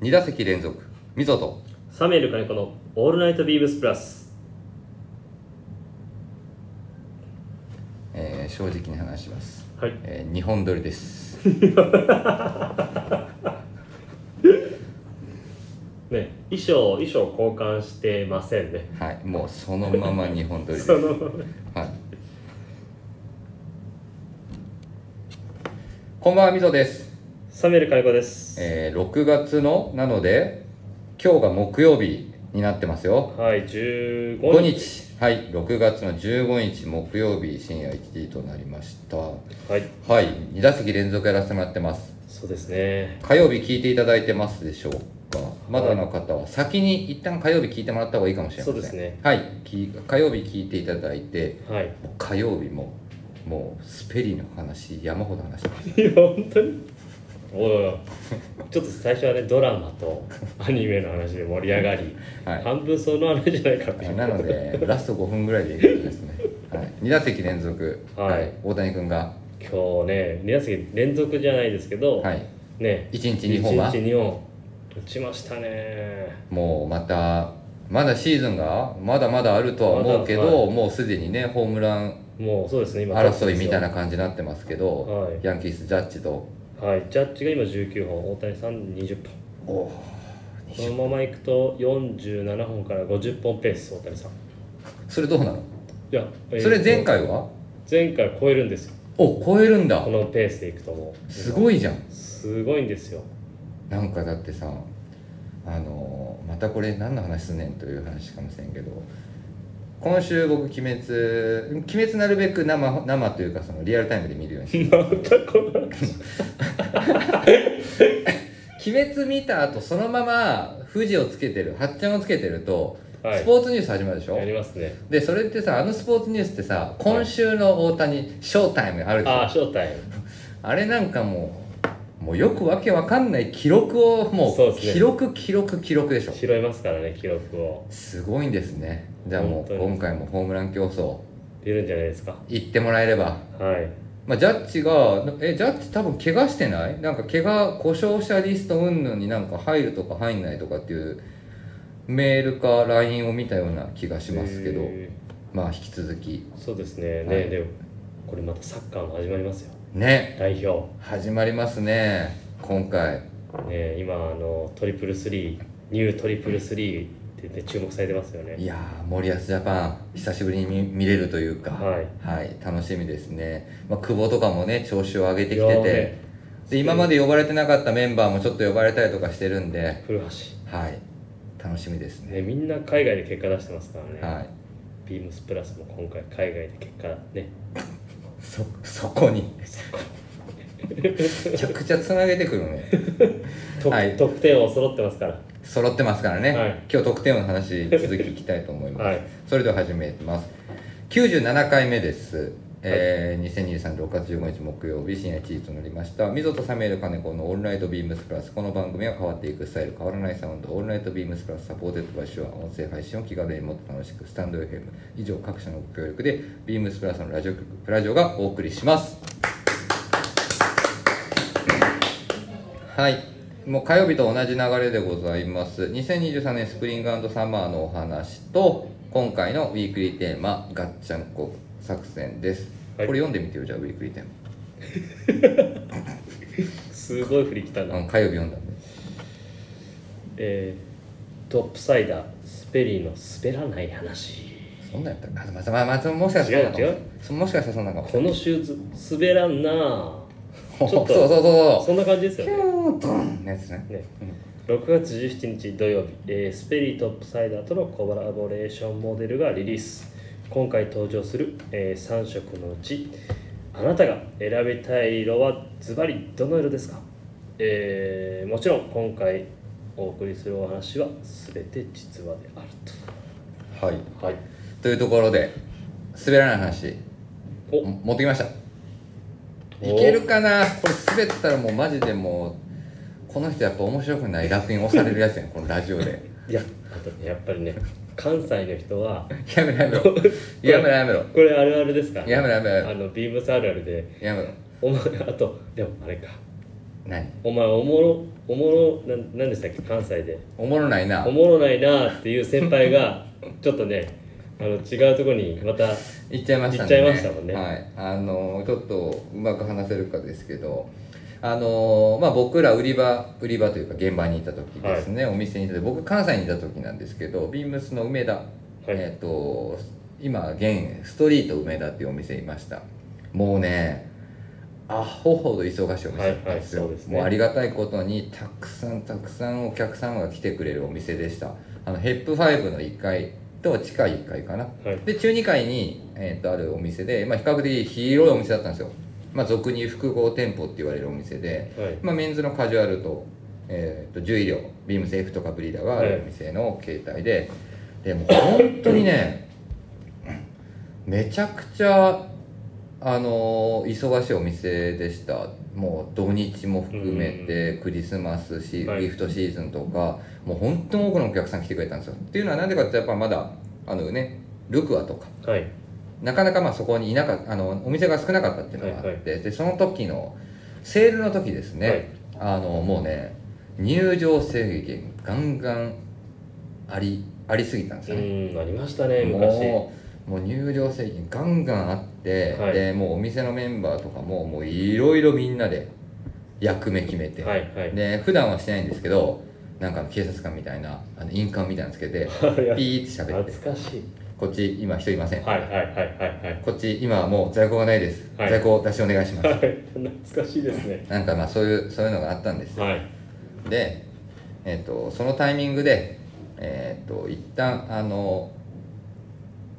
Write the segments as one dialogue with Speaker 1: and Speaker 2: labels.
Speaker 1: 2打席連続みぞと
Speaker 2: サメル金子のオールナイトビームスプラス
Speaker 1: えー正直に話します、
Speaker 2: はい
Speaker 1: え2本撮りです
Speaker 2: ね衣装衣装交換してません ね
Speaker 1: はいもうそのまま2本撮り です
Speaker 2: その
Speaker 1: はいこんばんはみぞです、
Speaker 2: サメル金子です、
Speaker 1: えー6月のなので今日が木曜日になってますよ
Speaker 2: はい15
Speaker 1: 5
Speaker 2: 日
Speaker 1: 日はい6月の15日木曜日深夜1時となりましたは
Speaker 2: はい
Speaker 1: い2打席連続やらせてもらってます
Speaker 2: そうですね
Speaker 1: 火曜日聞いていただいてますでしょうかまだの方は先に一旦火曜日聞いてもらった方がいいかもしれません
Speaker 2: そうですね
Speaker 1: はいき火曜日聞いていただいて
Speaker 2: はい
Speaker 1: もう火曜日ももうスペリーの話山ほど話してます
Speaker 2: いや本当においおいおいちょっと最初はねドラマとアニメの話で盛り上がり、
Speaker 1: はい
Speaker 2: 半分その話じゃないかっていう
Speaker 1: なのでラスト5分ぐらいでいいですね、はい、2打席連続、
Speaker 2: はい
Speaker 1: 大谷君が、
Speaker 2: 今日ね2打席連続じゃないですけど、
Speaker 1: はい、
Speaker 2: ね
Speaker 1: 1日2本は
Speaker 2: 1日2本打ちましたね
Speaker 1: もうまたまだシーズンがまだまだあるとは思うけど、
Speaker 2: まだは
Speaker 1: もうすでにねホームラン
Speaker 2: もうそうですね今
Speaker 1: 争いみたいな感じになってますけど、
Speaker 2: はい
Speaker 1: ヤンキースジャッジと
Speaker 2: はいジャッジが今19本大谷さん20本
Speaker 1: お
Speaker 2: このままいくと47本から50本ペース大谷さんい
Speaker 1: それどうなの
Speaker 2: や、えーと
Speaker 1: それ前回は
Speaker 2: 前回超えるんですよ
Speaker 1: お超えるんだ
Speaker 2: このペースでいくともう
Speaker 1: すごいじゃん
Speaker 2: すごいんですよ
Speaker 1: なんかだってさあのまたこれ何の話すんねんという話かもしれんけど今週僕「鬼滅」「鬼滅」なるべく生生というかそのリアルタイムで見 るようにして
Speaker 2: またこの
Speaker 1: 鬼滅見た後そのまま富士をつけてる八ちゃんをつけてると、
Speaker 2: はい
Speaker 1: スポーツニュース始まるでしょ
Speaker 2: やりますね
Speaker 1: でそれってさあのスポーツニュースってさ今週の大谷ショータイムあるでしょ
Speaker 2: ああ
Speaker 1: あ
Speaker 2: 正体
Speaker 1: れなんかもうもうよくわけわかんない記録をも
Speaker 2: そう
Speaker 1: う
Speaker 2: ですね
Speaker 1: 記録記録記録でしょ
Speaker 2: 拾いますからね記録を
Speaker 1: すごいんですねじゃあも
Speaker 2: 本
Speaker 1: う
Speaker 2: 当に
Speaker 1: 今回もホームラン競争
Speaker 2: 出るんじゃないですか
Speaker 1: 行ってもらえれば、
Speaker 2: はい
Speaker 1: まあ、ジャッジがえジャッジ多分怪我してないなんか怪我故障者リスト云々になんか入るとか入んないとかっていうメールか LINE を見たような気がしますけど
Speaker 2: え
Speaker 1: まあ引き続き
Speaker 2: ーそうですねね、
Speaker 1: はい
Speaker 2: でもこれまたサッカーも始まりますよ
Speaker 1: ね
Speaker 2: 代表
Speaker 1: 始まりますね今回
Speaker 2: ね今あのトリプルスリーニュートリプルスリーって、ね、注目されてますよね
Speaker 1: いやー森保ジャパン久しぶりに見見れるというか
Speaker 2: はい
Speaker 1: はい、楽しみですね、まあ、久保とかもね調子を上げてき
Speaker 2: いや
Speaker 1: て
Speaker 2: ー
Speaker 1: て
Speaker 2: ね
Speaker 1: で今まで呼ばれてなかったメンバーもちょっと呼ばれたりとかしてるんで
Speaker 2: 古
Speaker 1: はい楽しみです
Speaker 2: 橋、
Speaker 1: ね
Speaker 2: ね、みんな海外で結果出してますからね、
Speaker 1: はい
Speaker 2: ビームスプラスも今回海外で結果 ね
Speaker 1: そ そこにめちゃくちゃつなげてくるね
Speaker 2: 得,、
Speaker 1: はい
Speaker 2: 得点を揃ってますから
Speaker 1: 揃ってますからね、
Speaker 2: はい
Speaker 1: 今日得点王の 話続きいきたいと思います、
Speaker 2: はい
Speaker 1: それでは始めます97回目です、えー2023 6月15日木曜日深夜1時となりました溝とサメール金子の「オールナイトビームスプラス」この番組は変わっていくスタイル変わらないサウンド「オールナイトビームスプラス」サポーテッドバッシュは音声配信を気軽にもっと楽しくスタンド FM 以上各社のご協力でビームスプラスのラジオ局プラジオがお送りしますはい。もう火曜日と同じ流れでございます。2023年スプリングサマーのお話と、今回のウィークリーテーマ、ガッチャンコ作戦です。
Speaker 2: はい
Speaker 1: これ読んでみてよ、じゃあ、ウィークリーテー
Speaker 2: すごい振り切ったな、
Speaker 1: マ。うん、火曜日読んだんで。
Speaker 2: えートップサイダースペリーの滑らない話
Speaker 1: そんなんやったか。あまあまあ、まあ、もしかしたらそうなのかもしれ
Speaker 2: 違
Speaker 1: な
Speaker 2: う違う
Speaker 1: いそもしかしたらそんなのかもし
Speaker 2: このシューズ滑らんなあ
Speaker 1: れない。
Speaker 2: ちょっ
Speaker 1: そ
Speaker 2: と
Speaker 1: うそうそうそ
Speaker 2: そんな感じです
Speaker 1: う。
Speaker 2: よ
Speaker 1: キ
Speaker 2: ね
Speaker 1: ュードンのやつね。
Speaker 2: ね6月17日土曜日、えースペリートップサイダーとのコラボレーションモデルがリリース今回登場する、え3色のうちあなたが選びたい色はズバリどの色ですか、えーもちろん今回お送りするお話は全て実話である
Speaker 1: はい。
Speaker 2: とはい
Speaker 1: というところで、滑らない話、
Speaker 2: お
Speaker 1: も持ってきました。
Speaker 2: お
Speaker 1: いけるかなこれ滑ったらもうマジでもうこの人やっぱ面白くない楽園押されるやつやんこのラジオで
Speaker 2: いやあとねやっぱりね関西の人は
Speaker 1: やめろやめろやめろやめろ
Speaker 2: これあるあるですか
Speaker 1: やめろやめろやめ
Speaker 2: あ
Speaker 1: ろ
Speaker 2: のビームスあるあるで
Speaker 1: やめろ
Speaker 2: お前あとでもあれか
Speaker 1: 何
Speaker 2: お前おもろおもろなんなんでしたっけ関西で
Speaker 1: おもろないな
Speaker 2: おもろないなーっていう先 輩がちょっとねあの違うところにまた
Speaker 1: 行っちゃいました
Speaker 2: 行っちゃいましたもんね
Speaker 1: はい、あのちょっとうまく話せるかですけどあのまあ、僕ら売り場売り場というか現場にいた時ですね、お店にいた時僕関西にいた時なんですけどビームスの梅田、えっ、と今現ストリート梅田っていうお店いましたもうねアホほど忙しいお店だったんですよ、
Speaker 2: はいはいそうですね
Speaker 1: もうありがたいことにたくさんたくさんお客さんが来てくれるお店でしたあのヘップ5の1階と地下1階かな
Speaker 2: はい
Speaker 1: で中2階に、えー、とあるお店で、まあ、比較的広いお店だったんですよ、まあ、俗に複合店舗って言われるお店で、
Speaker 2: はい
Speaker 1: まあ、メンズのカジュアルと,、えー、と獣医療ビームセーフとかブリーダーがあるお店の携帯で、でもう本当にねめちゃくちゃあのー忙しいお店でしたもう土日も含めてクリスマスし、
Speaker 2: はい
Speaker 1: ギフトシーズンとかもう本当に多くのお客さん来てくれたんですよっていうのはなんでかってやっぱまだあのねルクアとか
Speaker 2: はい
Speaker 1: なかなかまあそこにいなかったあのお店が少なかったっていうのがあって、
Speaker 2: はいはい
Speaker 1: でその時のセールの時ですね、
Speaker 2: はい
Speaker 1: あのもうね入場制限ガンガンありありすぎたんです
Speaker 2: う
Speaker 1: よね、
Speaker 2: んありましたね昔
Speaker 1: もうもう入場制限ガンガンあって、
Speaker 2: はい
Speaker 1: でもうお店のメンバーとかももういろいろみんなで役目決めて、
Speaker 2: はい はい
Speaker 1: で普段はしてないんですけどなんか警察官みたいなあの印鑑みたいなのつけて
Speaker 2: 懐
Speaker 1: ピーって喋って
Speaker 2: かしい
Speaker 1: こっち今人いません、
Speaker 2: はいはいはいはい
Speaker 1: こっち今はもう在庫がないです、
Speaker 2: はい
Speaker 1: 在庫出しお願いします
Speaker 2: はいはい懐かしいですね
Speaker 1: なんかまあそういうそういうのがあったんですよ
Speaker 2: はい
Speaker 1: で、えっとそのタイミングでえっ、と一旦あの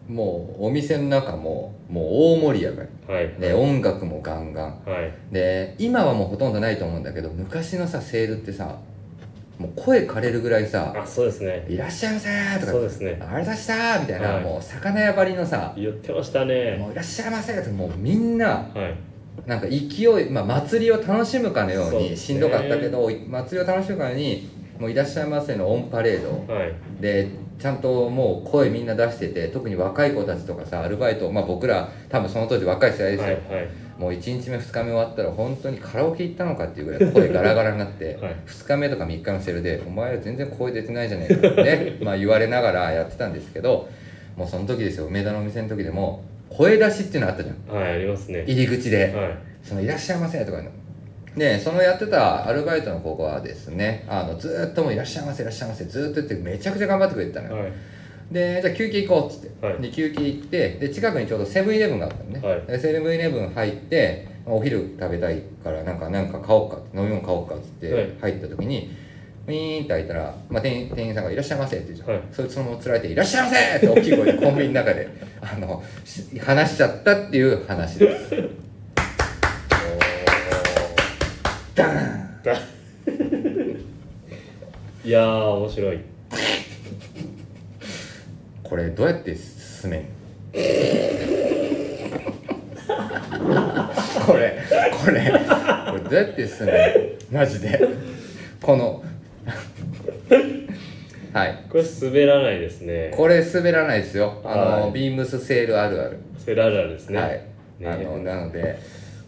Speaker 1: もうお店の中ももう大盛り上がり
Speaker 2: はい
Speaker 1: で音楽もガンガン
Speaker 2: はい
Speaker 1: で今はもうほとんどないと思うんだけど昔のさセールってさもう声枯れるぐらいさ
Speaker 2: あそうで
Speaker 1: 「
Speaker 2: すね
Speaker 1: いらっしゃいませ」と
Speaker 2: そう
Speaker 1: か
Speaker 2: ですね
Speaker 1: 「あれだした」みたいな、
Speaker 2: はい
Speaker 1: もう魚屋ばりのさ
Speaker 2: 言ってまし
Speaker 1: 「
Speaker 2: たね
Speaker 1: もういらっしゃいませ」ってもうみんな
Speaker 2: はい
Speaker 1: なんか勢い、まあ、祭りを楽しむかのよう
Speaker 2: そうです
Speaker 1: に
Speaker 2: ね
Speaker 1: しんどかったけど、祭りを楽しむかのように「もういらっしゃいませ」のオンパレード
Speaker 2: はい
Speaker 1: でちゃんともう声みんな出してて特に若い子たちとかさアルバイト、まあ、僕ら多分その当時若い世代ですよ、
Speaker 2: はいはい
Speaker 1: もう1日目2日目終わったら本当にカラオケ行ったのかっていうぐらい声ガラガラになって、
Speaker 2: はい
Speaker 1: 2日目とか3日のセールで「お前は全然声出てないじゃねえか」って ねまあ言われながらやってたんですけどもうその時ですよ梅田のお店の時でも声出しっていうのあったじゃん
Speaker 2: はいありますね
Speaker 1: 入り口で。
Speaker 2: は
Speaker 1: そのいらっしゃいませとかいうの。で、そのやってたアルバイトの子はですね、あのずーっともういらっしゃいませ、いらっしゃいませ、ずーっと言ってめちゃくちゃ頑張ってくれてたの
Speaker 2: い
Speaker 1: よ。
Speaker 2: はい
Speaker 1: で、じゃあ休憩行こうっつって。
Speaker 2: はい
Speaker 1: で、休憩行って、で、近くにちょうどセブンイレブンがあったのね。
Speaker 2: はい
Speaker 1: でセブンイレブン入って、お昼食べたいから、なんか、なんか買おうかって、飲み物買おうかっつって
Speaker 2: はい
Speaker 1: 入った時に、ウィーンって開いたら、まあ、店員店員さんが「いらっしゃいませ」って言うじゃん、
Speaker 2: はい
Speaker 1: そいつのままつられて「いらっしゃいませ!」って大きい声でコンビニの 中であのし話しちゃったっていう話ですダーン
Speaker 2: いやー面白い
Speaker 1: これどうやって進めん これこれこれどうやって進めんマジでこのはい
Speaker 2: これ滑らないですね
Speaker 1: これ滑らないですよあの、
Speaker 2: はい
Speaker 1: ビームスセールあるある
Speaker 2: 滑らないですね
Speaker 1: はい、
Speaker 2: ね
Speaker 1: あのなので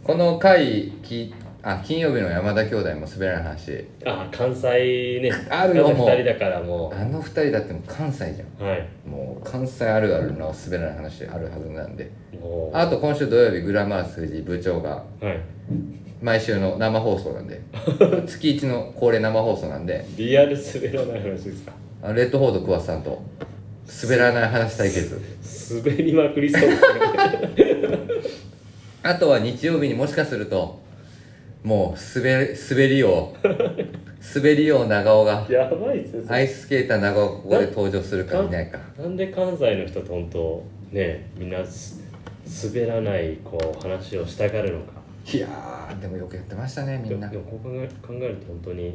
Speaker 1: この回きあ金曜日の山田兄弟も滑らない話
Speaker 2: あ関西ね
Speaker 1: あるよ
Speaker 2: 関西
Speaker 1: もう
Speaker 2: 二人だからも
Speaker 1: あの二人だってもう関西じゃ
Speaker 2: うはい
Speaker 1: んもう関西あるあるの滑らない話あるはずなんで
Speaker 2: もう
Speaker 1: あと今週土曜日グラマラス藤井部長が
Speaker 2: はい
Speaker 1: 毎週の生放送 なんで月一の恒例生放送なんで
Speaker 2: リアル滑らない話ですか
Speaker 1: あのレッドホード桑田さんと滑らない話対決
Speaker 2: 滑りまくり そうですね
Speaker 1: あとは日曜日にもしかするともう滑り滑りを 滑りを長尾が
Speaker 2: やばいですねそれ
Speaker 1: アイススケーター長尾がここで登場するかいないか
Speaker 2: なんで関西の人と本当ねみんなす滑らないこう話をしたがるのか
Speaker 1: いやーでもよくやってましたねみ
Speaker 2: で
Speaker 1: んな
Speaker 2: も
Speaker 1: は
Speaker 2: でもこう考え考えると本当に
Speaker 1: い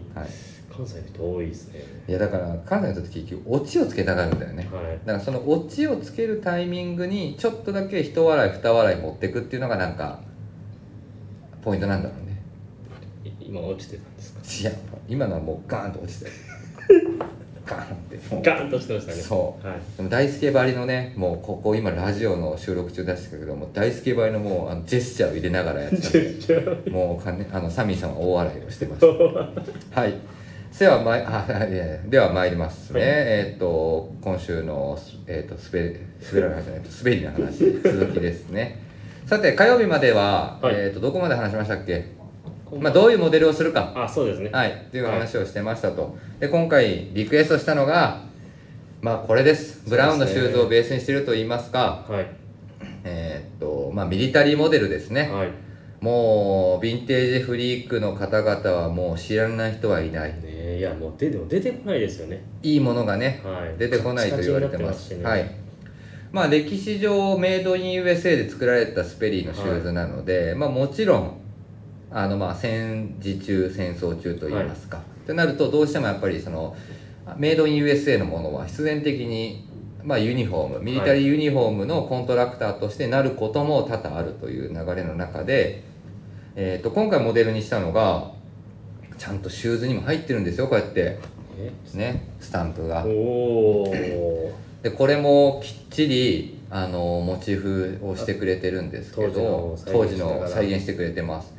Speaker 2: 関西の人多いですね
Speaker 1: いやだから関西の人って結局オチをつけたがるんだよね
Speaker 2: はい
Speaker 1: だからそのオチをつけるタイミングにちょっとだけ一笑い二笑い持ってくっていうのがなんかポイントなんだろうね
Speaker 2: い今落ちてたんですか
Speaker 1: いや今のはもうガーンと落ちてる ガーンってもう
Speaker 2: ガーンとしてましたね、
Speaker 1: そう
Speaker 2: はい、
Speaker 1: でも大輔ばりのねもうここ今ラジオの収録中出してたけどもう大輔ばりのもうあのジェスチャーを入れながらやってたんでもうか、ね、あのサミーさんは大笑いをしてましたはいではまいあいやいやでは参りますね、
Speaker 2: はい
Speaker 1: えーっ、と今週の、えー、と滑滑らない話じゃない滑りの話 続きですねさて火曜日までは、
Speaker 2: はい
Speaker 1: えー、とどこまで話しましたっけ、まあ、どういうモデルをするか
Speaker 2: あそうですね
Speaker 1: はい、という話をしてましたと、で今回リクエストしたのがまあこれですブラウンのシューズをベースにしてると言いますか
Speaker 2: はい
Speaker 1: えーっとまあミリタリーモデルですね、
Speaker 2: はい、
Speaker 1: もうヴィンテージフリークの方々はもう知らない人はいない
Speaker 2: ね、いやもう出ても出てこないですよね、
Speaker 1: いいものがね
Speaker 2: はい、
Speaker 1: 出てこないと言われてます
Speaker 2: カチカチにな
Speaker 1: は
Speaker 2: って
Speaker 1: いまあ歴史上メイドイン USA で作られたスペリーのシューズなので、まあもちろんあのまあ戦時中戦争中といいますか、ってなるとどうしてもやっぱりそのメイドイン USA のものは必然的にまあユニフォームミリタリーユニフォームのコントラクターとしてなることも多々あるという流れの中で、えー、と今回モデルにしたのがちゃんとシューズにも入ってるんですよこうやって
Speaker 2: え
Speaker 1: ねスタンプが
Speaker 2: お。お
Speaker 1: でこれもきっちりあのモチーフをしてくれてるんですけど当
Speaker 2: 当
Speaker 1: 時
Speaker 2: 時
Speaker 1: の
Speaker 2: の
Speaker 1: 再
Speaker 2: 再
Speaker 1: 現してくれてます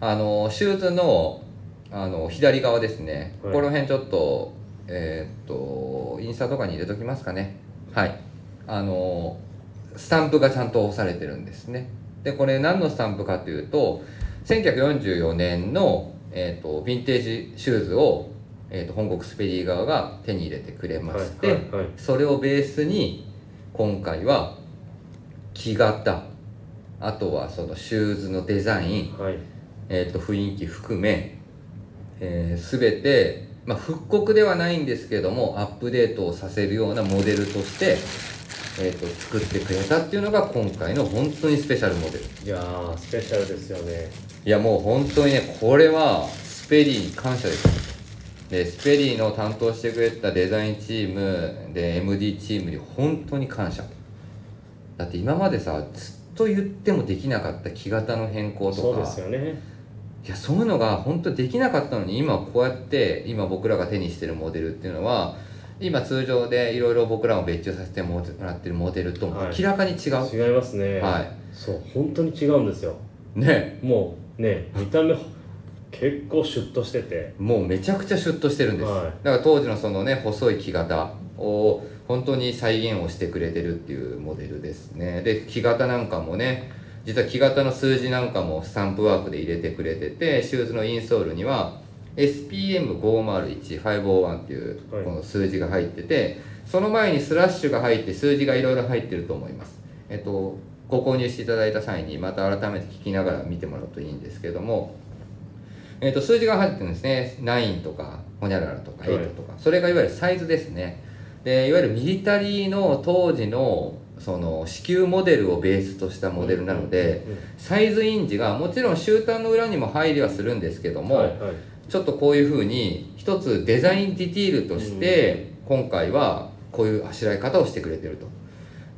Speaker 1: あのシューズのあの左側ですね、
Speaker 2: はい
Speaker 1: この辺ちょっとえーっとインスタとかに入れときますかねはいあのスタンプがちゃんと押されてるんですねでこれ何のスタンプかというと1944年の、えーっとヴィンテージシューズを、えーっと本国スペリー側が手に入れてくれまして、
Speaker 2: はいはいはい、
Speaker 1: それをベースに今回は木型あとはそのシューズのデザイン、
Speaker 2: はい、
Speaker 1: えー、と雰囲気含め、えー、全て、まあ、復刻ではないんですけどもアップデートをさせるようなモデルとして、えー、と作ってくれたっていうのが今回の本当にスペシャルモデル
Speaker 2: いやースペシャルですよね
Speaker 1: いやもう本当にねこれはスペリーに感謝ですでスペリーの担当してくれたデザインチームで MD チームに本当に感謝だって今までさずっと言ってもできなかった木型の変更
Speaker 2: そ
Speaker 1: と
Speaker 2: う
Speaker 1: か
Speaker 2: ですよね
Speaker 1: いやそういうのが本当できなかったのに今こうやって今僕らが手にしてるモデルっていうのは今通常でいろいろ僕らも別注させてもらってるモデルとも明らかに違う、
Speaker 2: 違いますね
Speaker 1: はい
Speaker 2: そう本当に違うんですよ
Speaker 1: ね
Speaker 2: もうね見た目結構シュッとしてて
Speaker 1: もうめちゃくちゃシュッとしてるんです、
Speaker 2: は
Speaker 1: だから当時のそのね細い木型を本当に再現をしてくれてるっていうモデルですねで木型なんかもね実は木型の数字なんかもスタンプワークで入れてくれててシューズのインソールには SPM501501 っていう
Speaker 2: はい
Speaker 1: この数字が入ってて、その前にスラッシュが入って数字がいろいろ入ってると思いますえっとご購入していただいた際にまた改めて聞きながら見てもらうといいんですけどもえー、と数字が入ってるんですね9とかホニャララとか
Speaker 2: はい
Speaker 1: 8とか、それがいわゆるサイズですねでいわゆるミリタリーの当時のその支給モデルをベースとしたモデルなので、
Speaker 2: うんうん
Speaker 1: サイズインジがもちろん終端の裏にも入りはするんですけども、
Speaker 2: はいはい
Speaker 1: ちょっとこういうふうに一つデザインディティールとして今回はこういうあしらい方をしてくれてると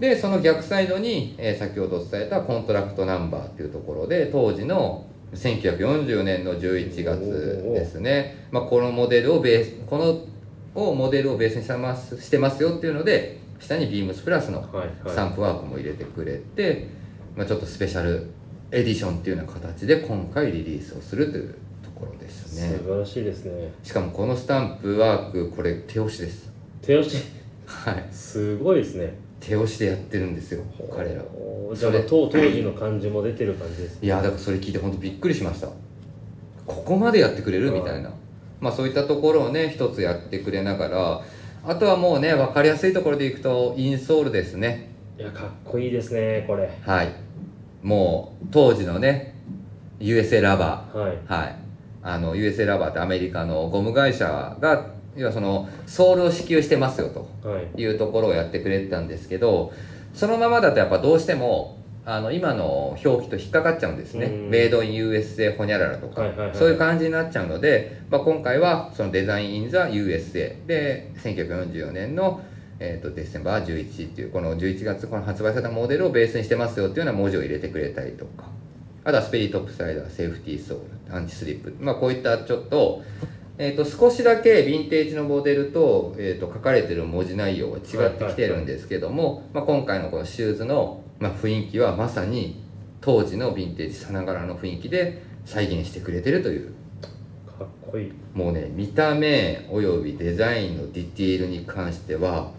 Speaker 1: でその逆サイドに、えー先ほど伝えたコントラクトナンバーっていうところで当時の1940年の11月ですね、まあ、このモデルをベースこのをモデルをベースにしてますしてますよっていうので下にビームスプラスの
Speaker 2: はいはい
Speaker 1: スタンプワークも入れてくれて、まあ、ちょっとスペシャルエディションっていうような形で今回リリースをするというところですね
Speaker 2: 素晴らしいですね
Speaker 1: しかもこのスタンプワークこれ手押しです
Speaker 2: 手押し
Speaker 1: はい
Speaker 2: すごいですね
Speaker 1: 手押しでやってるんですよ彼らは
Speaker 2: おーじゃあ
Speaker 1: それ
Speaker 2: 当当時の感じも出てる感じです
Speaker 1: いやだからそれ聞いて本当びっくりしましたここまでやってくれるみたいなまあそういったところをね一つやってくれながらあとはもうね分かりやすいところでいくとインソールですね
Speaker 2: いやかっこいいですねこれ
Speaker 1: はいもう当時のね USA ラバー
Speaker 2: はい
Speaker 1: はい、あの USA ラバーってアメリカのゴム会社が要はそのソールを支給してますよと
Speaker 2: はい
Speaker 1: いうところをやってくれてたんですけどそのままだとやっぱどうしてもあの今の表記と引っかかっちゃうんですね
Speaker 2: うん
Speaker 1: メイドイン USA ホニャララとか、
Speaker 2: はいはいはい
Speaker 1: そういう感じになっちゃうので、まあ、今回はそのデザイン・イン・ザ・ USA で1944年の、えー、とデッセンバー11っていうこの11月この発売されたモデルをベースにしてますよっていうような文字を入れてくれたりとかあとはスペリートップサイダーセーフティーソールアンチスリップ、まあ、こういったちょっと、えー、と少しだけヴィンテージのモデルと,、えー、と書かれてる文字内容は違ってきてるんですけども、まあ、今回のこのシューズの、まあ、雰囲気はまさに当時のヴィンテージさながらの雰囲気で再現してくれてるという
Speaker 2: かっこいい
Speaker 1: もうね見た目およびデザインのディティールに関しては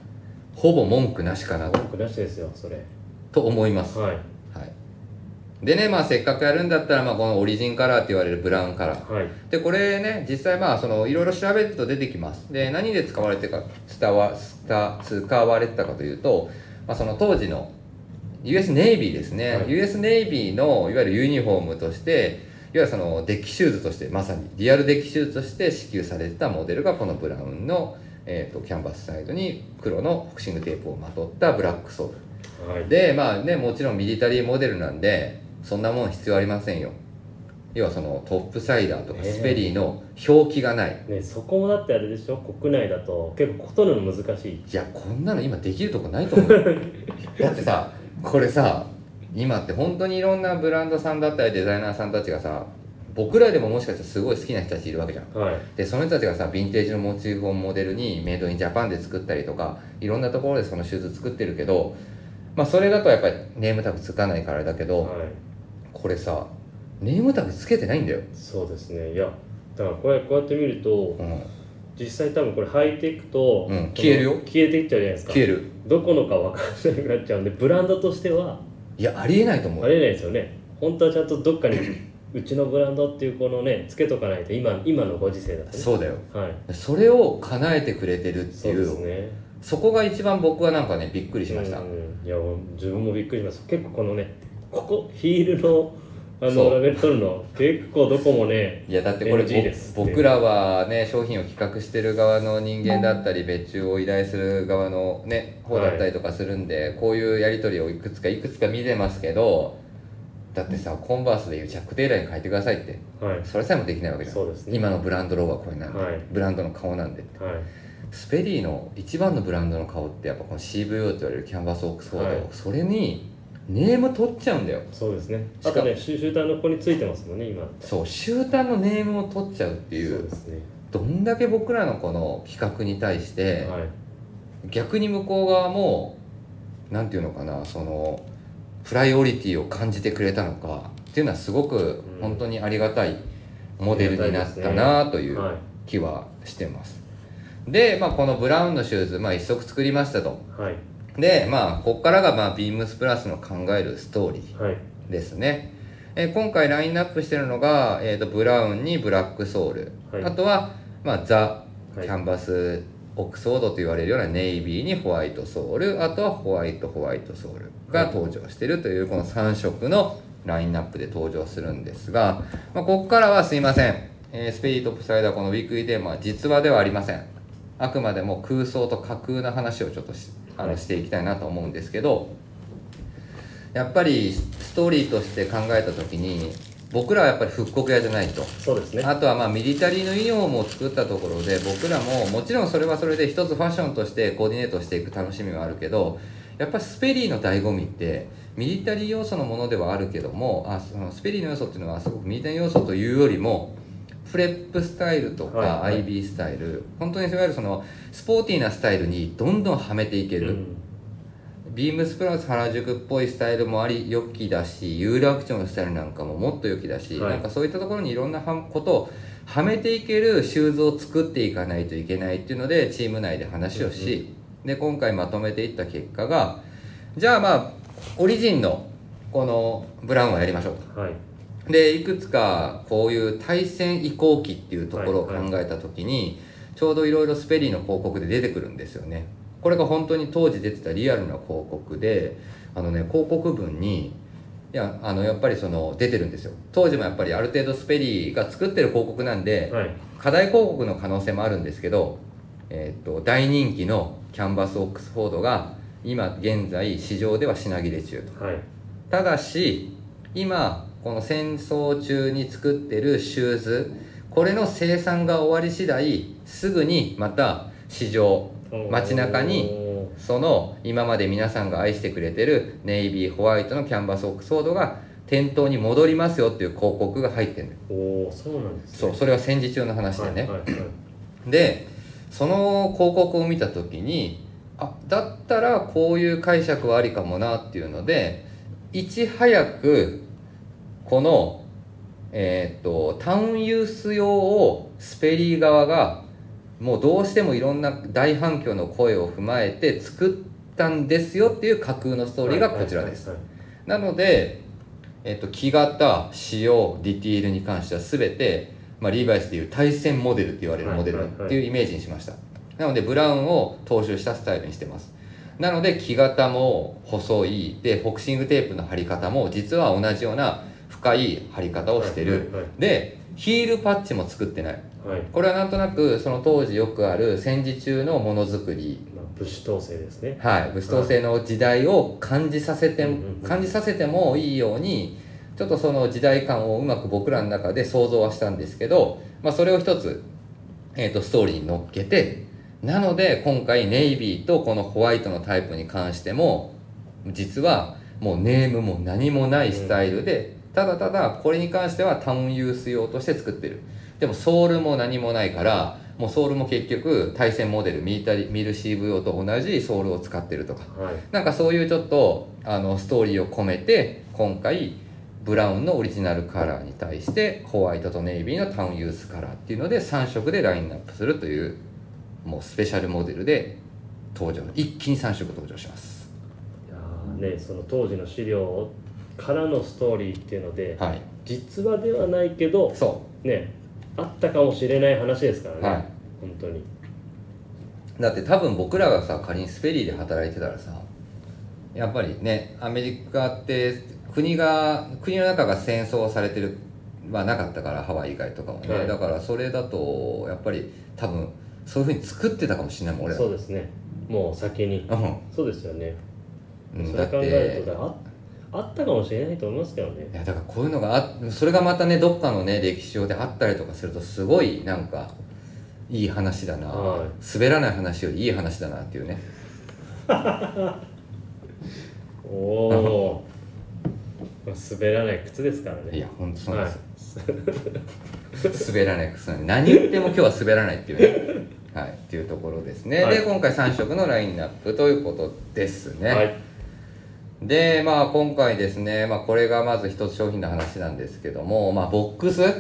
Speaker 1: ほぼ文句なしかな
Speaker 2: 僕なしですよそれ
Speaker 1: と思います、
Speaker 2: はい
Speaker 1: はい、でね、まあ、せっかくやるんだったら、まあ、このオリジンカラーって言われるブラウンカラー
Speaker 2: はい
Speaker 1: でこれね実際まあそのいろいろ調べると出てきますで何で使われてか伝わ伝使われてたかというと、まあ、その当時の US ネイビーですね、
Speaker 2: はい
Speaker 1: US ネイビーのいわゆるユニフォームとしていわゆるそのデッキシューズとしてまさにリアルデッキシューズとして支給されてたモデルがこのブラウンの、えー、とキャンバスサイドに黒のフォクシングテープをまとったブラックソール
Speaker 2: はい
Speaker 1: でまあねもちろんミリタリーモデルなんでそんなもん必要ありませんよ要はそのトップサイダーとか
Speaker 2: ねえ
Speaker 1: スペリーの表記がない、
Speaker 2: ねそこもだってあれでしょ国内だと結構ことるの難しい
Speaker 1: いやこんなの今できるとこないと思う よだってさこれさ今って本当にいろんなブランドさんだったりデザイナーさんたちがさ僕らでももしかしたらすごい好きな人たちいるわけじゃん
Speaker 2: はい
Speaker 1: でその人たちがさヴィンテージのモチーフをモデルにメイドインジャパンで作ったりとかいろんなところでそのシューズ作ってるけどまあそれだとやっぱりネームタグつかないからだけど、
Speaker 2: はい
Speaker 1: これさネームタグつけてないんだよ、
Speaker 2: そうですねいやだからこれこうやって見ると
Speaker 1: うん、
Speaker 2: 実際多分これ履いていくと、
Speaker 1: うん消えるよ
Speaker 2: 消えていっちゃうじゃないですか
Speaker 1: 消える
Speaker 2: どこのか分からなくなっちゃうんでブランドとしてはい
Speaker 1: やありえないと思
Speaker 2: あ
Speaker 1: うよ
Speaker 2: れないですよね本当はちゃんとどっかにうちのブランドっていうこのねつけとかないと今今のご時世だとね
Speaker 1: そうだよ
Speaker 2: はい
Speaker 1: それを叶えてくれてるって
Speaker 2: そう
Speaker 1: い
Speaker 2: で
Speaker 1: う
Speaker 2: す
Speaker 1: そ
Speaker 2: ね
Speaker 1: こが一番僕はなんかねびっくりしました、
Speaker 2: うんいやもう自分もびっくりします結構このねここヒールのあ
Speaker 1: そ
Speaker 2: の
Speaker 1: う
Speaker 2: ラベル取るの結構どこもね
Speaker 1: いやだってこれ
Speaker 2: NG です
Speaker 1: ぼ僕らはね商品を企画してる側の人間だったり別注を依頼する側のね方だったりとかするんで、こういうやり取りをいくつかいくつか見てますけどだってさコンバースでいうジャック・テイラーに変えてくださいって
Speaker 2: はい
Speaker 1: それさえもできないわけじゃん
Speaker 2: そうですね
Speaker 1: 今のブランドロゴはこれなんで、
Speaker 2: はい
Speaker 1: ブランドの顔なんで
Speaker 2: はい
Speaker 1: スペリーの一番のブランドの顔ってやっぱこの CVO って言われるキャンバスオックスフォード、
Speaker 2: はい
Speaker 1: それにネーム取っちゃうんだよ
Speaker 2: そうですね
Speaker 1: しか
Speaker 2: あ
Speaker 1: も
Speaker 2: とねシュシューターのここについてますもんね今っ
Speaker 1: そう集団のネームを取っちゃうってい
Speaker 2: そう
Speaker 1: う
Speaker 2: ですね
Speaker 1: どんだけ僕らのこの企画に対して、
Speaker 2: はい
Speaker 1: 逆に向こう側もなんていうのかなそのプライオリティを感じてくれたのかっていうのはすごく
Speaker 2: うん
Speaker 1: 本当にありがたいモデルになったなという
Speaker 2: は
Speaker 1: 気はしてます。で、まあ、このブラウンのシューズ、まあ、一足作りましたと。
Speaker 2: いはい
Speaker 1: でまあここからがまあビームスプラスの考えるストーリ
Speaker 2: はい
Speaker 1: ーですね、えー今回ラインナップしてるのが、えー、とブラウンにブラックソウル、
Speaker 2: はい
Speaker 1: あとは、まあ、ザ・キ
Speaker 2: はい
Speaker 1: ャンバス・オックスフォードと言われるようなネイビーにホワイトソウルあとはホワイトホワイトソウルが登場してるというこの3色のラインナップで登場するんですが、まあ、ここからはすいません、えースペリートップサイダーこのウィークリーテーマは実話ではありませんあくまでも空想と架空の話をちょっとしあ
Speaker 2: は
Speaker 1: の
Speaker 2: い
Speaker 1: していきたいなと思うんですけど、やっぱりストーリーとして考えた時に僕らはやっぱり復刻屋じゃないと
Speaker 2: そうですね
Speaker 1: あとはまあミリタリーのユニフォームを作ったところで僕らももちろんそれはそれで一つファッションとしてコーディネートしていく楽しみはあるけどやっぱりスペリーの醍醐味ってミリタリー要素のものではあるけどもあそのスペリーの要素っていうのはすごくミリタリー要素というよりもプレップスタイルとか
Speaker 2: はいはい
Speaker 1: IB スタイル、本当にいわゆるそのスポーティーなスタイルにどんどんはめていける、
Speaker 2: うん
Speaker 1: ビームスプラス原宿っぽいスタイルもあり良きだし有楽町のスタイルなんかももっと良きだし、
Speaker 2: はい
Speaker 1: なんかそういったところにいろんなはことをはめていけるシューズを作っていかないといけないっていうのでチーム内で話をし、で今回まとめていった結果がじゃあまあオリジンのこのブラウンをやりましょうと。
Speaker 2: はい
Speaker 1: でいくつかこういう対戦移行期っていうところを考えた時に、ちょうどいろいろスペリーの広告で出てくるんですよねこれが本当に当時出てたリアルな広告であのね広告文にいやあのやっぱりその出てるんですよ当時もやっぱりある程度スペリーが作ってる広告なんで、
Speaker 2: はい
Speaker 1: 課題広告の可能性もあるんですけど、えーっと大人気のキャンバスオックスフォードが今現在市場では品切れ中と。
Speaker 2: はい
Speaker 1: ただし今この戦争中に作ってるシューズこれの生産が終わり次第すぐにまた市場街中に
Speaker 2: お
Speaker 1: その今まで皆さんが愛してくれてるネイビーホワイトのキャンバスオックスフォードが店頭に戻りますよっていう広告が入ってるのよ
Speaker 2: おおそうなんです
Speaker 1: そうそれは戦時中の話でね、
Speaker 2: はいはいはい
Speaker 1: でその広告を見た時にあだったらこういう解釈はありかもなっていうのでいち早くこの、えー、とタウンユース用をスペリー側がもうどうしてもいろんな大反響の声を踏まえて作ったんですよっていう架空のストーリーがこちらです。
Speaker 2: はい
Speaker 1: なので、えっと、木型仕様ディティールに関しては全て、まあ、リーバイスでいう対戦モデルって言われるモデ
Speaker 2: は
Speaker 1: ル
Speaker 2: いはいはい
Speaker 1: っていうイメージにしました、なのでブラウンを踏襲したスタイルにしてますなので木型も細いでボクシングテープの貼り方も実は同じような深い貼り方をしてる、
Speaker 2: はい
Speaker 1: でヒールパッチも作ってない
Speaker 2: はいはい、はい
Speaker 1: これはなんとなくその当時よくある戦時中のものづくり
Speaker 2: まあ、武士統制ですね
Speaker 1: はい、武士統制の時代を感じさせて、
Speaker 2: うんうんうん
Speaker 1: 感じさせてもいいようにちょっとその時代感をうまく僕らの中で想像はしたんですけど、まあ、それを一つ、えー、とストーリーに乗っけてなので今回ネイビーとこのホワイトのタイプに関しても実はもうネームも何もないスタイルで、ただただこれに関してはタウンユース用として作ってるでもソールも何もないからもうソールも結局対戦モデルミータリミルシーブ用と同じソールを使ってるとか
Speaker 2: はい
Speaker 1: なんかそういうちょっとあのストーリーを込めて今回ブラウンのオリジナルカラーに対してホワイトとネイビーのタウンユースカラーっていうので3色でラインナップするというもうスペシャルモデルで登場一気に3色登場します
Speaker 2: いやーねその当時の資料からのストーリーっていうので
Speaker 1: はい
Speaker 2: 実話ではないけど
Speaker 1: そ
Speaker 2: ねあったかもしれない話ですから
Speaker 1: う
Speaker 2: ね、
Speaker 1: はい
Speaker 2: 本当に
Speaker 1: だって多分僕らがさ仮にスペリーで働いてたらさやっぱりねアメリカって国が国の中が戦争されてるはなかったからハワイ以外とかはね、
Speaker 2: はい
Speaker 1: だからそれだとやっぱり多分そういうふうに作ってたかもしれないもん俺ら
Speaker 2: そうですねもう先に
Speaker 1: う
Speaker 2: そうですよね、
Speaker 1: んうん
Speaker 2: そ
Speaker 1: だ
Speaker 2: れ
Speaker 1: っ
Speaker 2: 考える
Speaker 1: て
Speaker 2: とだああったかもしれないと思いますけどね
Speaker 1: いやだからこういうのがあそれがまたねどっかのね歴史上であったりとかするとすごいなんかいい話だな、
Speaker 2: は
Speaker 1: 滑らない話よりいい話だなっていうね
Speaker 2: おおー滑らない靴ですからね
Speaker 1: いやほんとそうなんで
Speaker 2: は
Speaker 1: すよ
Speaker 2: い、
Speaker 1: 滑らない靴なんで何言っても今日は滑らないっていう ねはいっていうところですね、
Speaker 2: はい
Speaker 1: で今回3色のラインナップということですね、
Speaker 2: はい
Speaker 1: でまあ今回ですね、まあ、これがまず一つ商品の話なんですけどもまあボックス
Speaker 2: はい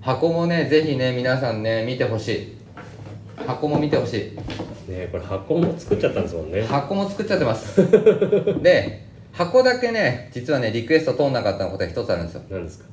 Speaker 1: 箱もねぜひね皆さんね見てほしい箱も見てほしい
Speaker 2: ねこれ箱も作っちゃったんですもんね
Speaker 1: 箱も作っちゃってます で箱だけね実はねリクエスト通んなかったことが一つあるんですよ
Speaker 2: 何ですか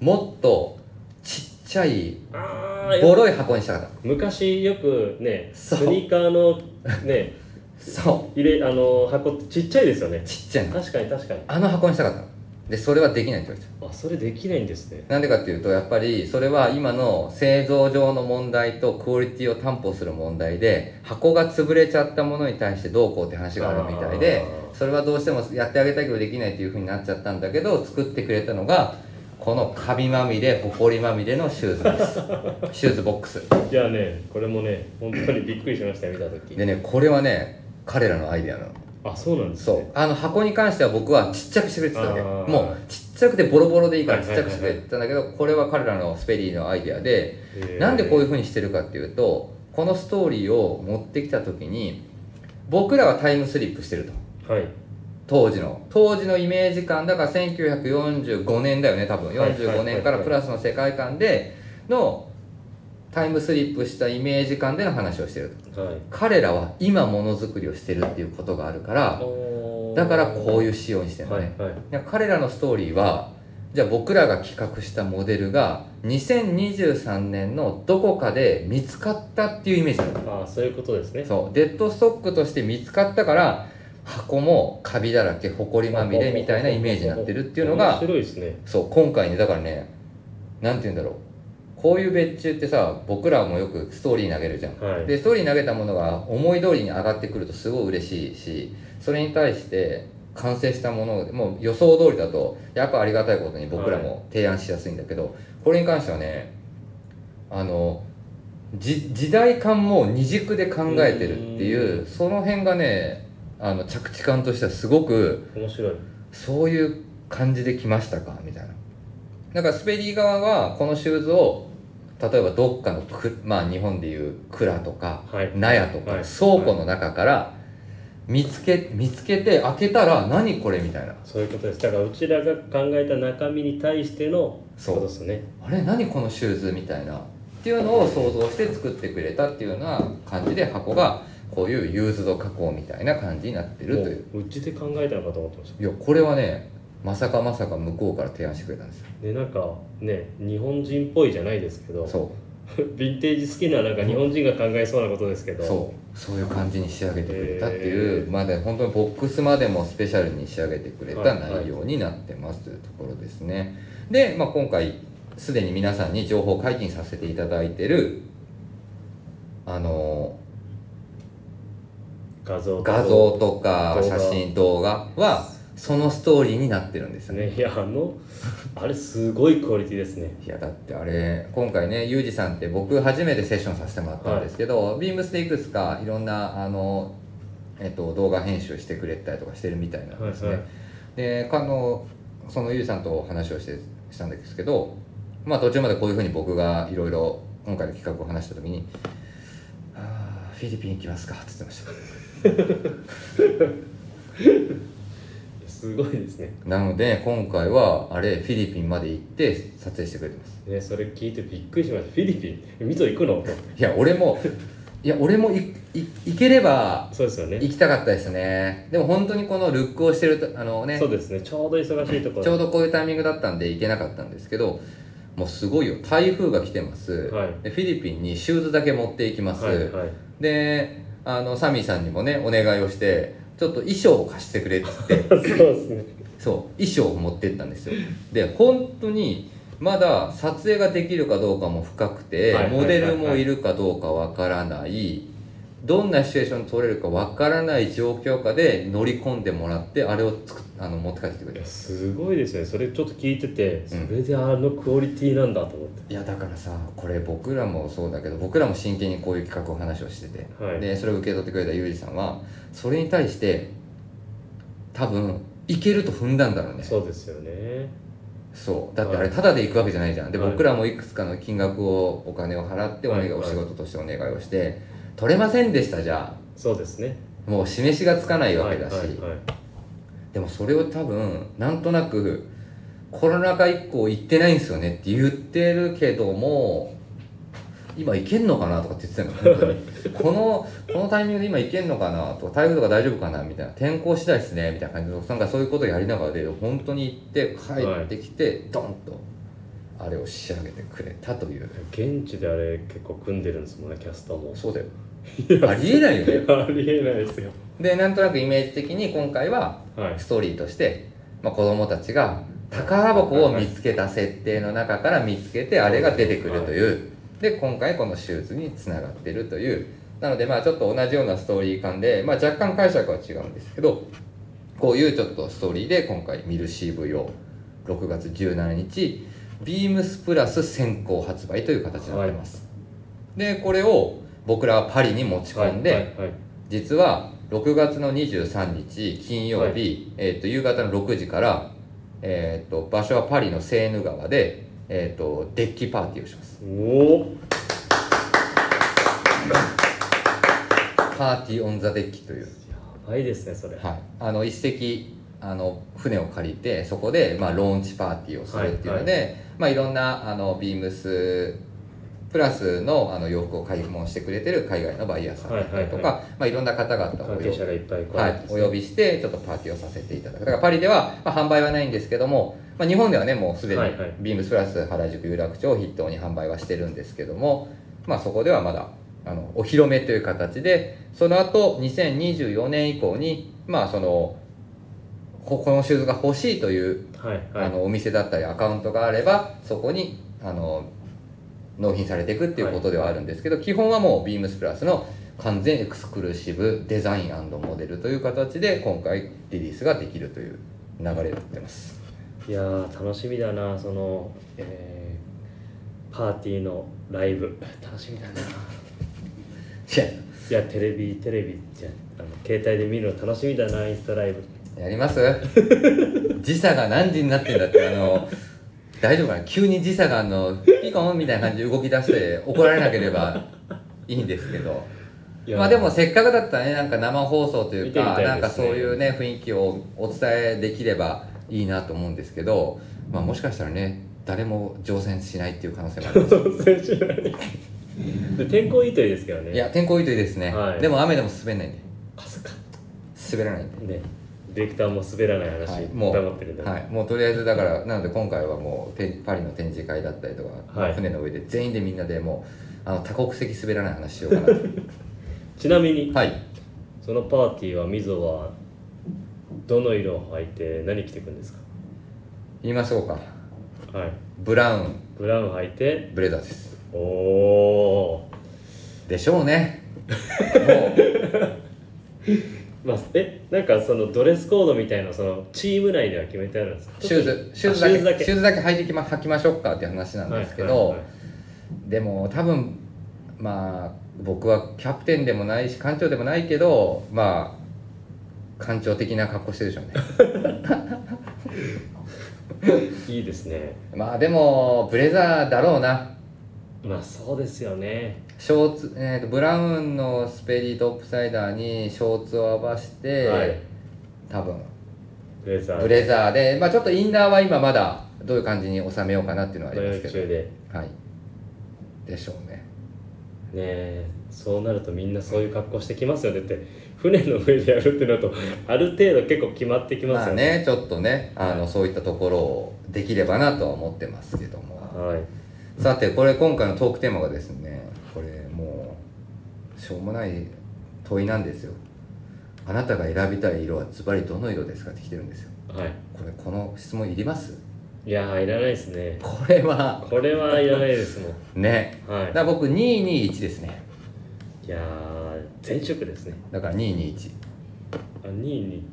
Speaker 1: もっとちっちゃい
Speaker 2: ああ
Speaker 1: ボロい箱にしたかった
Speaker 2: 昔よくねス
Speaker 1: そう
Speaker 2: ニーカーのね
Speaker 1: そう
Speaker 2: 入れあの箱ってちっちゃいですよね
Speaker 1: ちっちゃいの
Speaker 2: 確かに確かに
Speaker 1: あの箱にしたかったのでそれはできないって言われ
Speaker 2: あそれできないんですね
Speaker 1: たなんでかっていうとやっぱりそれは今の製造上の問題とクオリティを担保する問題で箱が潰れちゃったものに対してどうこうって話があるみたいで
Speaker 2: あー
Speaker 1: それはどうしてもやってあげたいけどできないっていう風になっちゃったんだけど作ってくれたのがこのカビまみれホコリまみれのシューズです シューズボックス
Speaker 2: いやねこれもね本当にびっくりしましたよ見た時
Speaker 1: でねこれはね彼らのアイデアなの
Speaker 2: あそうなんです
Speaker 1: そ
Speaker 2: ね
Speaker 1: うあの箱に関しては僕はちっちゃくしてくれてたわけ
Speaker 2: あー
Speaker 1: もうちっちゃくてボロボロでいいから
Speaker 2: は
Speaker 1: ち
Speaker 2: い
Speaker 1: っ
Speaker 2: は
Speaker 1: ち
Speaker 2: い
Speaker 1: ゃ
Speaker 2: はい
Speaker 1: く
Speaker 2: はい
Speaker 1: してくれてたんだけどこれは彼らのスペリーのアイデアで
Speaker 2: へー
Speaker 1: なんでこういう風にしてるかっていうとこのストーリーを持ってきた時に僕らはタイムスリップしてると
Speaker 2: はい
Speaker 1: 当時の当時のイメージ感だから1945年だよね多分
Speaker 2: はいはいはいは
Speaker 1: 45
Speaker 2: い
Speaker 1: 年からプラスの世界観でのタイムスリップしたイメージ感での話をしてると
Speaker 2: はい
Speaker 1: 彼らは今ものづくりをしてるっていうことがあるから
Speaker 2: おー
Speaker 1: だからこういう仕様にしてるの
Speaker 2: はい
Speaker 1: ね、
Speaker 2: はい
Speaker 1: いや彼らのストーリーはじゃあ僕らが企画したモデルが2023年のどこかで見つかったっていうイメージなの
Speaker 2: ああそういうことですね
Speaker 1: そうデッドストックとして見つかったから箱もカビだらけホコリまみれみたいなイメージになってるっていうの
Speaker 2: 面
Speaker 1: が
Speaker 2: 白いですね
Speaker 1: そう今回ねだからねなんて言うんだろうこういう別注ってさ僕らもよくストーリー投げるじゃん
Speaker 2: はい
Speaker 1: でストーリー投げたものが思い通りに上がってくるとすごい嬉しいしそれに対して完成したものをもう予想通りだとやっぱありがたいことに僕らも提案しやすいんだけど、これに関してはねあのじ時代感も二軸で考えてるっていうその辺がねあの着地感としてはすごく
Speaker 2: 面白い
Speaker 1: そういう感じで来ましたかみたいなだからスペリー側はこのシューズを例えばどっかのく、まあ、日本でいう蔵とか
Speaker 2: はい
Speaker 1: 納屋とか
Speaker 2: はい
Speaker 1: 倉庫の中から見つけ見つけて開けたら何これみたいな
Speaker 2: そういうことですだからうちらが考えた中身に対しての
Speaker 1: そう
Speaker 2: ことですね
Speaker 1: あれ何このシューズみたいなっていうのを想像して作ってくれたっていうような感じで箱がこういうユーズド加工みたいな感じになってる
Speaker 2: も
Speaker 1: という
Speaker 2: ううちで考えたのかと思ってました
Speaker 1: いやこれはねまさかまさか向こうから提案してくれたんですよ
Speaker 2: でなんかね日本人っぽいじゃないですけど
Speaker 1: そ
Speaker 2: ヴィンテージ好きななんか日本人が考えそうなことですけ
Speaker 1: う
Speaker 2: ど
Speaker 1: そうそういう感じに仕上げてくれたって
Speaker 2: へ
Speaker 1: いう
Speaker 2: ー
Speaker 1: まで本当にボックスまでもスペシャルに仕上げてくれ
Speaker 2: は
Speaker 1: た
Speaker 2: いはい
Speaker 1: 内容になってますというところですねで、まあ、今回すでに皆さんに情報解禁させていただいてるあの
Speaker 2: 画像と
Speaker 1: 画像とか
Speaker 2: 動
Speaker 1: 写
Speaker 2: 画
Speaker 1: 真動画はそのストーリーになってるんですよね
Speaker 2: ねいやあのあれすごいクオリティですね
Speaker 1: いやだってあれ今回ねユージさんって僕初めてセッションさせてもらったんですけど、ビームスでいくつかいろんなあの、えっと、動画編集してくれたりとかしてるみたいなんですね、
Speaker 2: はいはい
Speaker 1: でかのそのユージさんとお話をしてしたんですけどまあ途中までこういうふうに僕がいろいろ今回の企画を話した時に「あーフィリピン行きますか」って言ってました
Speaker 2: すごいですね
Speaker 1: なので今回はあれフィリピンまで行って撮影してくれてます
Speaker 2: ねそれ聞いてびっくりしましたフィリピン水戸行くの
Speaker 1: いや俺もいや俺もいい行ければ
Speaker 2: そうですよね
Speaker 1: 行きたかったですねでも本当にこのルックをしてるとあのね
Speaker 2: そうですねちょうど忙しいところ
Speaker 1: ちょうどこういうタイミングだったんで行けなかったんですけどもうすごいよ台風が来てます、
Speaker 2: はい
Speaker 1: でフィリピンにシューズだけ持っていきます、
Speaker 2: はいはい
Speaker 1: であのサミーさんにもねお願いをしてちょっと衣装を貸してくれって言って
Speaker 2: そうですね
Speaker 1: そう衣装を持ってったんですよで本当にまだ撮影ができるかどうかも深くて、
Speaker 2: はいはいはいはい
Speaker 1: モデルもいるかどうかわからないどんなシチュエーション撮れるかわからない状況下で乗り込んでもらってあれをつくあの持って帰ってきてく
Speaker 2: い
Speaker 1: れ
Speaker 2: や
Speaker 1: た
Speaker 2: すごいですねそれちょっと聞いててそれであのクオリティなんだと思って、
Speaker 1: いやだからさこれ僕らもそうだけど僕らも真剣にこういう企画を話をしてて、
Speaker 2: はい
Speaker 1: でそれを受け取ってくれたユージさんはそれに対して多分いけると踏んだんだろうね
Speaker 2: そうですよね
Speaker 1: そうだってあ
Speaker 2: は
Speaker 1: れ
Speaker 2: い
Speaker 1: タダで行くわけじゃないじゃんで
Speaker 2: はい
Speaker 1: 僕らもいくつかの金額をお金を払ってお願い
Speaker 2: はい
Speaker 1: お
Speaker 2: はい
Speaker 1: 仕事としてお願いをして取れませんでしたじゃ
Speaker 2: そうですね
Speaker 1: あもう示しがつかないわけだし
Speaker 2: はいはいはい
Speaker 1: でもそれを多分なんとなくコロナ禍以降行ってないんですよねって言ってるけども今行けんのかなとかって言ってたの本当に このこのタイミングで今行けんのかなとか台風とか大丈夫かなみたいな天候次第ですねみたいな感じのなんかそういうことやりながらで本当に行って帰ってきて、ドンとあれを仕上げてくれたという
Speaker 2: 現地であれ結構組んでるんですもんねキャストも
Speaker 1: そうだよありえないよね
Speaker 2: ありえないですよ
Speaker 1: でなんとなくイメージ的に今回は
Speaker 2: はい
Speaker 1: ストーリーとして、まあ、子供たちが宝箱を見つけた設定の中から見つけてあれが出てくるというで今回このシューズにつながってるというなのでまあちょっと同じようなストーリー感で、まあ、若干解釈は違うんですけどこういうちょっとストーリーで今回見る CV を6月17日ビームスプラス先行発売という形になってます、でこれを僕らはパリに持ち込んで、
Speaker 2: はいはいはい
Speaker 1: 実は6月の23日金曜日、
Speaker 2: は
Speaker 1: えー、と夕方の6時から、えー、と場所はパリのセーヌ川で、えー、とデッキパーティーをします
Speaker 2: おお
Speaker 1: パーティーオン・ザ・デッキという、
Speaker 2: やばいですねそれ
Speaker 1: はい、あの一隻あの船を借りてそこで、まあ、ローンチパーティーをするっていうので、いまあ、いろんなあのビームスプラスのあの洋服を買い物してくれてる海外のバイヤーさんだったりとか、
Speaker 2: はい
Speaker 1: まあ、いろんな方々を
Speaker 2: 関
Speaker 1: 呼
Speaker 2: 係者がいっぱい来
Speaker 1: は
Speaker 2: ら
Speaker 1: い
Speaker 2: れてで、す
Speaker 1: お
Speaker 2: ね
Speaker 1: 呼びしてちょっとパーティーをさせていただくだからパリでは、まあ、販売はないんですけども、まあ、日本ではねもうすでに
Speaker 2: はいはい
Speaker 1: ビームスプラス原宿有楽町を筆頭に販売はしてるんですけども、まあ、そこではまだあのお披露目という形でその後2024年以降にまあそのここのシューズが欲しいという
Speaker 2: はいはい
Speaker 1: あのお店だったりアカウントがあればそこにあの納品されていくっていうことではあるんですけど、基本はもうビームスプラスの完全エクスクルーシブデザインモデルという形で今回リリースができるという流れになってます
Speaker 2: いやー楽しみだなその、えーパーティーのライブ楽しみだない
Speaker 1: や
Speaker 2: いやテレビテレビじゃあの携帯で見るの楽しみだなインスタライブ
Speaker 1: やります時差が何時になってんだってあの大丈夫かな急に時差があのピコンみたいな感じで動き出して怒られなければいいんですけど
Speaker 2: いや
Speaker 1: まあで もせっかくだったらねなんか生放送という
Speaker 2: 見てみ
Speaker 1: か、
Speaker 2: たいですね
Speaker 1: なんかそういうね雰囲気をお伝えできればいいなと思うんですけど、まあ、もしかしたらね誰も乗船しないっていう可能性 もあります
Speaker 2: 挑戦しないで天候いいといいですけどね
Speaker 1: いや天候いいといいですね、
Speaker 2: はい
Speaker 1: でも雨でも滑らないんで
Speaker 2: あそっか
Speaker 1: 滑らないんで
Speaker 2: ねディレクターも滑らない話、
Speaker 1: はい、も
Speaker 2: 黙ってるん
Speaker 1: う、
Speaker 2: だ、
Speaker 1: はい、もうとりあえずだからなので今回はもうてパリの展示会だったりとか、
Speaker 2: はい
Speaker 1: 船の上で全員でみんなでもうあの多国籍滑らない話しよう かなと
Speaker 2: ちなみに
Speaker 1: はい
Speaker 2: そのパーティーはみぞはどの色を履いて何着てくんです
Speaker 1: 言いましょうか
Speaker 2: かはい
Speaker 1: ブラウン
Speaker 2: ブラウン履いて
Speaker 1: ブレザーです
Speaker 2: おお
Speaker 1: でしょうねも
Speaker 2: まあ、えなんかそのドレスコードみたいなそのチーム内では決めてあるんですか
Speaker 1: うシューズシューズ
Speaker 2: あ
Speaker 1: だ
Speaker 2: シ
Speaker 1: け
Speaker 2: ューズだけ
Speaker 1: シューズだけ履いてきま履きましょうかっていう話なんですけど、
Speaker 2: はいはいはい
Speaker 1: でも多分まあ僕はキャプテンでもないし艦長でもないけどまあ艦長的な格好してるでしょうね
Speaker 2: いいですね
Speaker 1: まあでもブレザーだろうな
Speaker 2: まあそうですよね
Speaker 1: ショーツ、えーとブラウンのスペリートップサイダーにショーツを合わして、
Speaker 2: はい
Speaker 1: 多分
Speaker 2: ブレザー
Speaker 1: ブレザーで、まあ、ちょっとインナーは今まだどういう感じに収めようかなっていうのはありますけ
Speaker 2: ド中
Speaker 1: ど、
Speaker 2: で
Speaker 1: はい、でしょうね
Speaker 2: ねえそうなるとみんなそういう格好してきますよねだって船の上でやるってなるとある程度結構決まってきま
Speaker 1: ますあ
Speaker 2: よね,、
Speaker 1: ねちょっとねあのそういったところをできればなとは思ってますけども
Speaker 2: はい
Speaker 1: さてこれ今回のトークテーマがですねこれもうしょうもない問いなんですよあなたが選びたい色はズバリどの色ですかって来てるんですよ
Speaker 2: はい
Speaker 1: これこの質問いります
Speaker 2: いやーいらないですね
Speaker 1: これは
Speaker 2: これはいらないですもん
Speaker 1: ね
Speaker 2: は
Speaker 1: だから僕221ですね
Speaker 2: いいやー前職ですね
Speaker 1: だから221
Speaker 2: あ221
Speaker 1: うん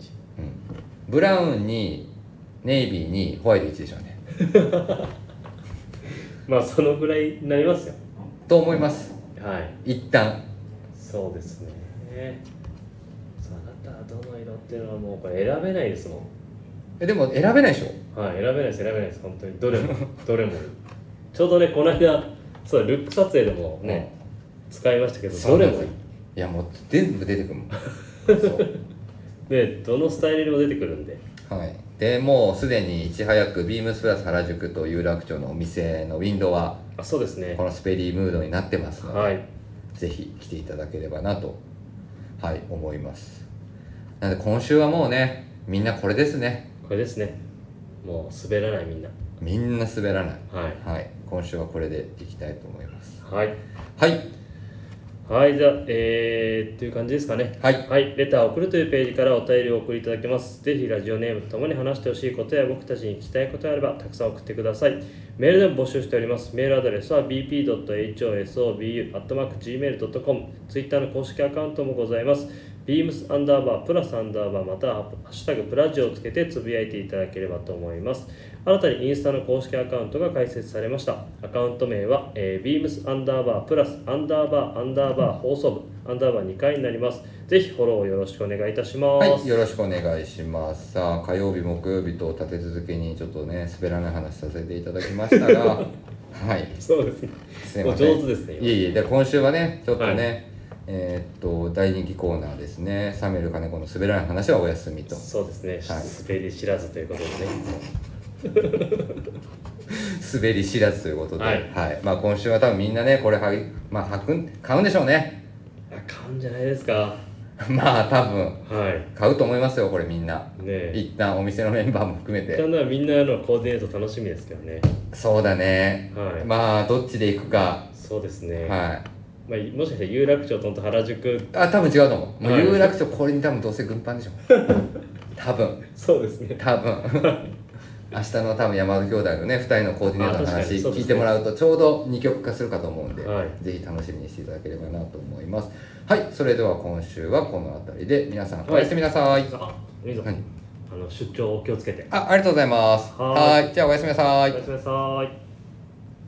Speaker 1: ブラウンにネイビーにホワイト1でしょうね
Speaker 2: まあそのぐらいになりますよ
Speaker 1: と思います
Speaker 2: はい
Speaker 1: 一旦
Speaker 2: そうですねさああなたはどの色っていうのはもうこれ選べないですも
Speaker 1: えでも選べないでしょ
Speaker 2: んはい選べないです選べないです本当にどれも どれもちょうどねこの間そうだルック撮影でもね、使いましたけど
Speaker 1: そ
Speaker 2: ど
Speaker 1: うな
Speaker 2: れ
Speaker 1: んです
Speaker 2: も
Speaker 1: よいやもう全部出てくるも んそう
Speaker 2: でどのスタイルにも出てくるんで
Speaker 1: はい、でもうすでにいち早くビームスプラス原宿と有楽町のお店のウィンドウは
Speaker 2: あそうですね
Speaker 1: このスペリームードになってますので、
Speaker 2: はい
Speaker 1: ぜひ来ていただければなと、はい、思いますなので今週はもうねみんなこれですね
Speaker 2: これですねもう滑らないみんな
Speaker 1: みんな滑らない、
Speaker 2: はい
Speaker 1: はい、今週はこれでいきたいと思います
Speaker 2: はい
Speaker 1: はい
Speaker 2: はいじゃあえー、という感じですかね
Speaker 1: はい
Speaker 2: はい、レターを送るというページからお便りを送りいただけます。ぜひラジオネームとともに話してほしいことや僕たちに聞きたいことがあればたくさん送ってください。メールでも募集しております。メールアドレスは bp.hosobu.gmail.com。ツイッターの公式アカウントもございます。beams アンダーバープラスアンダーバーまたはハッシュタグプラジオをつけてつぶやいていただければと思います。新たにインスタの公式アカウントが開設されました。アカウント名は、えー、beams アンダーバープラスアンダーバーアンダーバー放送部アンダーバー2回になります。ぜひフォローよろしくお願いいたします。
Speaker 1: はい、よろしくお願いします。さあ、火曜日、木曜日と立て続けにちょっとね、滑らない話させていただきました が、はい、
Speaker 2: そうですね。
Speaker 1: すいません
Speaker 2: お上手ですね今
Speaker 1: いえいえで今週はねちょっとね、
Speaker 2: は
Speaker 1: えーっと大人気コーナーですねサメル金子の滑らない話はお休みと
Speaker 2: そうですね。
Speaker 1: はい
Speaker 2: 滑り知らずということでね。
Speaker 1: 滑り知らずということで、
Speaker 2: は
Speaker 1: はいいまあ、今週は多分みんなねこれはぎ、まあ、はくん買うんでしょうね
Speaker 2: あかんじゃないですか。
Speaker 1: まあ多分
Speaker 2: はい。
Speaker 1: 買うと思いますよこれみんな
Speaker 2: ねえ。
Speaker 1: 一旦お店のメンバーも含め
Speaker 2: 一旦
Speaker 1: て
Speaker 2: なみんなのコーディネート楽しみですけどね。
Speaker 1: そうだね、
Speaker 2: はい
Speaker 1: まあどっちで行くか
Speaker 2: そうですね。
Speaker 1: は
Speaker 2: まあ、もしかしたら有楽町とんと原宿。
Speaker 1: いあ多分違うと思うもう
Speaker 2: はい
Speaker 1: 有楽町これに多分どうせ軍 パンでしょ多分
Speaker 2: そうですね。
Speaker 1: 多分 明日の多分山本兄弟のね2人のコーディネートの
Speaker 2: あ確か
Speaker 1: 話
Speaker 2: にそうですね
Speaker 1: 聞いてもらうとちょうど2曲化するかと思うんで、
Speaker 2: はい
Speaker 1: ぜひ楽しみにしていただければなと思いますはいそれでは今週はこの辺りで皆さん
Speaker 2: はい
Speaker 1: おやすみなさい、
Speaker 2: あ、みぞ、
Speaker 1: はい
Speaker 2: あの出張お気をつけて。
Speaker 1: あありがとうございます
Speaker 2: はーい
Speaker 1: はーいじゃあおやすみなさ
Speaker 2: お
Speaker 1: い
Speaker 2: やすみなさい。